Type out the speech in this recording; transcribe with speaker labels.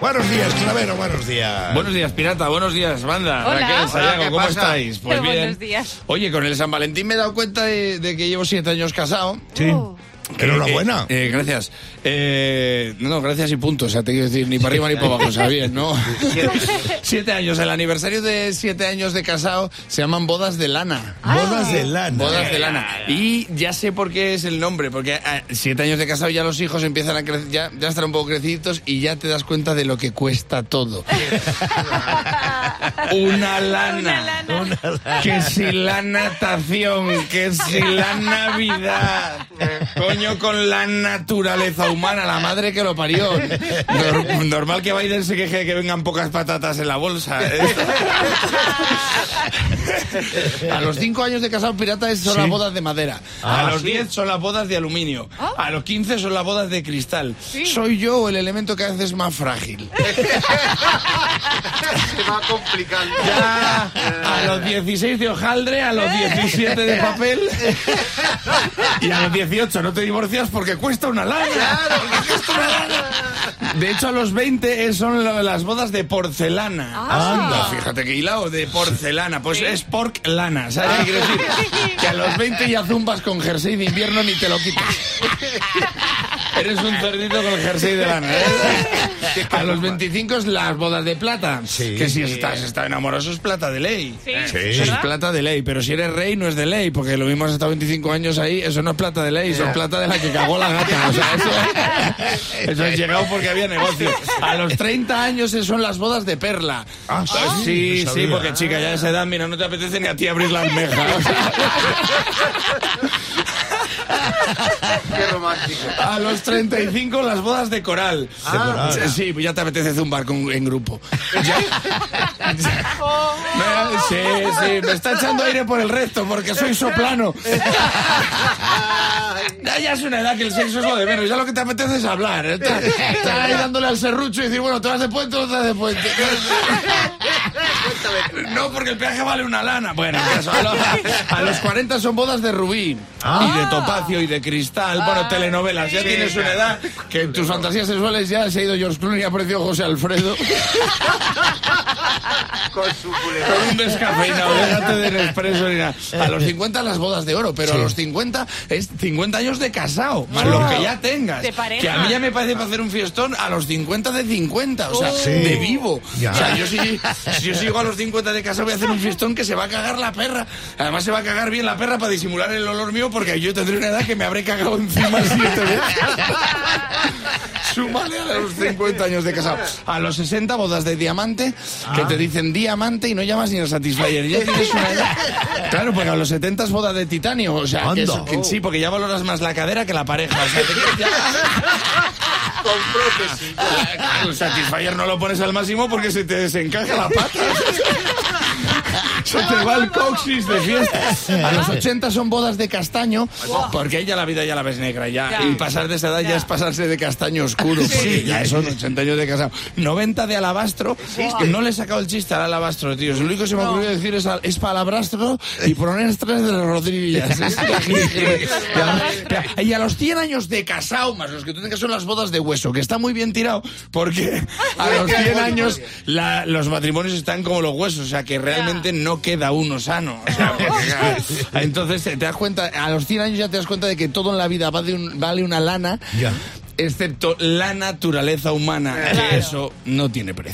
Speaker 1: Buenos días, Clavero, buenos días.
Speaker 2: Buenos días, pirata. Buenos días, banda.
Speaker 3: Hola.
Speaker 2: Raquel,
Speaker 3: Hola,
Speaker 2: Sayago,
Speaker 1: ¿qué
Speaker 2: ¿cómo
Speaker 1: pasa?
Speaker 2: estáis? Pues bien.
Speaker 3: Buenos días.
Speaker 2: Oye, con el San Valentín me he dado cuenta de, de que llevo siete años casado.
Speaker 1: Sí.
Speaker 3: Oh.
Speaker 1: Enhorabuena.
Speaker 2: Eh, eh, gracias. Eh, no, gracias y punto. O sea, te quiero decir, ni para arriba ni para abajo, o sea, bien, ¿no? siete años. El aniversario de siete años de casado se llaman bodas de lana.
Speaker 1: Bodas de lana.
Speaker 2: Bodas de lana. Y ya sé por qué es el nombre, porque a siete años de casado ya los hijos empiezan a crecer, ya, ya están un poco creciditos y ya te das cuenta de lo que cuesta todo. Una lana.
Speaker 3: Una lana.
Speaker 2: Que si la natación, que si la Navidad. Coño, con la naturaleza humana, la madre que lo parió. Nor- normal que Biden se queje de que vengan pocas patatas en la bolsa. ¿eh? A los 5 años de casado pirata es- son las bodas de madera.
Speaker 1: Ah,
Speaker 2: a los
Speaker 1: sí.
Speaker 2: 10 son las bodas de aluminio. A los 15 son las bodas de cristal. Soy yo el elemento que haces más frágil.
Speaker 4: Se va complicando.
Speaker 2: Ya a los 16 de hojaldre, a los 17 de papel y a los 18 no te divorcias porque cuesta una lana. De hecho, a los 20 es- son lo- las bodas de porcelana.
Speaker 3: Ah.
Speaker 2: Anda, fíjate que hilado de porcelana. Pues es pork lana, ¿sabes qué quiero decir? Que a los 20 ya zumbas con jersey de invierno ni te lo quitas. Eres un cerdito con jersey de lana. ¿eh? A los 25 es las bodas de plata.
Speaker 1: Sí.
Speaker 2: Que si estás, estás enamorado, eso es plata de ley.
Speaker 3: Eh, Sí.
Speaker 1: Sí.
Speaker 2: Eso es
Speaker 3: ¿verdad?
Speaker 2: plata de ley, pero si eres rey no es de ley, porque lo mismo has estado 25 años ahí, eso no es plata de ley, eso es plata de la que cagó la gata. O sea, eso, eso es llegado porque había negocio. A los 30 años son las bodas de perla.
Speaker 1: Ah, sí,
Speaker 2: sí,
Speaker 1: no
Speaker 2: sí,
Speaker 1: sabía.
Speaker 2: porque chica, ya a esa edad, mira, no te apetece ni a ti abrir la almeja. O sea,
Speaker 4: Qué romántico.
Speaker 2: A los 35 las bodas de coral.
Speaker 1: Ah.
Speaker 2: Sí, sí, pues ya te apetece zumbar con, en grupo. Ya. Me- sí, sí, me está echando aire por el resto porque soy soplano. Ya, ya es una edad que el sexo es lo de menos, ya lo que te apetece es hablar. ¿eh? Estás estás ahí dándole al serrucho y decir, bueno, te vas de puente o no te vas de puente. No, porque el peaje vale una lana. Bueno, en caso, a, lo- a los 40 son bodas de rubí y de topacio y de cristal. Bueno, telenovelas. Ya tienes una edad que en tus fantasías sexuales ya se ha ido George Clooney y ha aparecido José Alfredo
Speaker 4: Con su culero.
Speaker 2: con un descafeinado. ¿eh? Déjate de Nespresso ni nada. A los 50 las bodas de oro, pero a los 50 es 50 años de casado, más lo que ya tengas.
Speaker 3: De pareja.
Speaker 2: Que a mí ya me parece para hacer un fiestón a los 50 de 50, o sea,
Speaker 1: Sí.
Speaker 2: de vivo.
Speaker 1: Ya.
Speaker 2: O sea, yo si, si yo sigo a los 50 de casado voy a hacer un fiestón que se va a cagar la perra. Además se va a cagar bien la perra para disimular el olor mío porque yo tendré una edad que me habré cagado encima siete veces. Súmale a los 50 años de casado. A los 60 bodas de diamante, que te dicen diamante y no llamas ni al Satisfyer. Ya tienes una edad. Claro, porque a los 70 es boda de titanio. O sea, que es-
Speaker 1: Anda.
Speaker 2: que sí, porque ya valoras más la cadera que la pareja. O sea, te- ya-
Speaker 4: Con prótesis.
Speaker 2: Claro, el Satisfyer no lo pones al máximo porque se te desencaja la pata. Se te va el coxis de fiesta. A los 80 son bodas de castaño, porque ahí ya la vida ya la ves negra. ya.
Speaker 3: Ya.
Speaker 2: Y pasar de esa edad ya. es pasarse de castaño oscuro, porque ya son 80 años de casado. 90 de alabastro. No le he sacado el chiste al alabastro, tío. Lo único que se me ocurrió decir es, al- es palabrastro y poner tres de las rodillas. Es la gente. Y a los- y a los 100 años de casado, más los que tú tengas son las bodas de hueso, que está muy bien tirado, porque a los 100 años la- los matrimonios están como los huesos, o sea que realmente no queda uno sano. o sea, que- entonces te te das cuenta, a los 100 años ya te das cuenta de que todo en la vida va de un- vale una lana,
Speaker 1: Ya.
Speaker 2: excepto la naturaleza humana, que eso no tiene precio.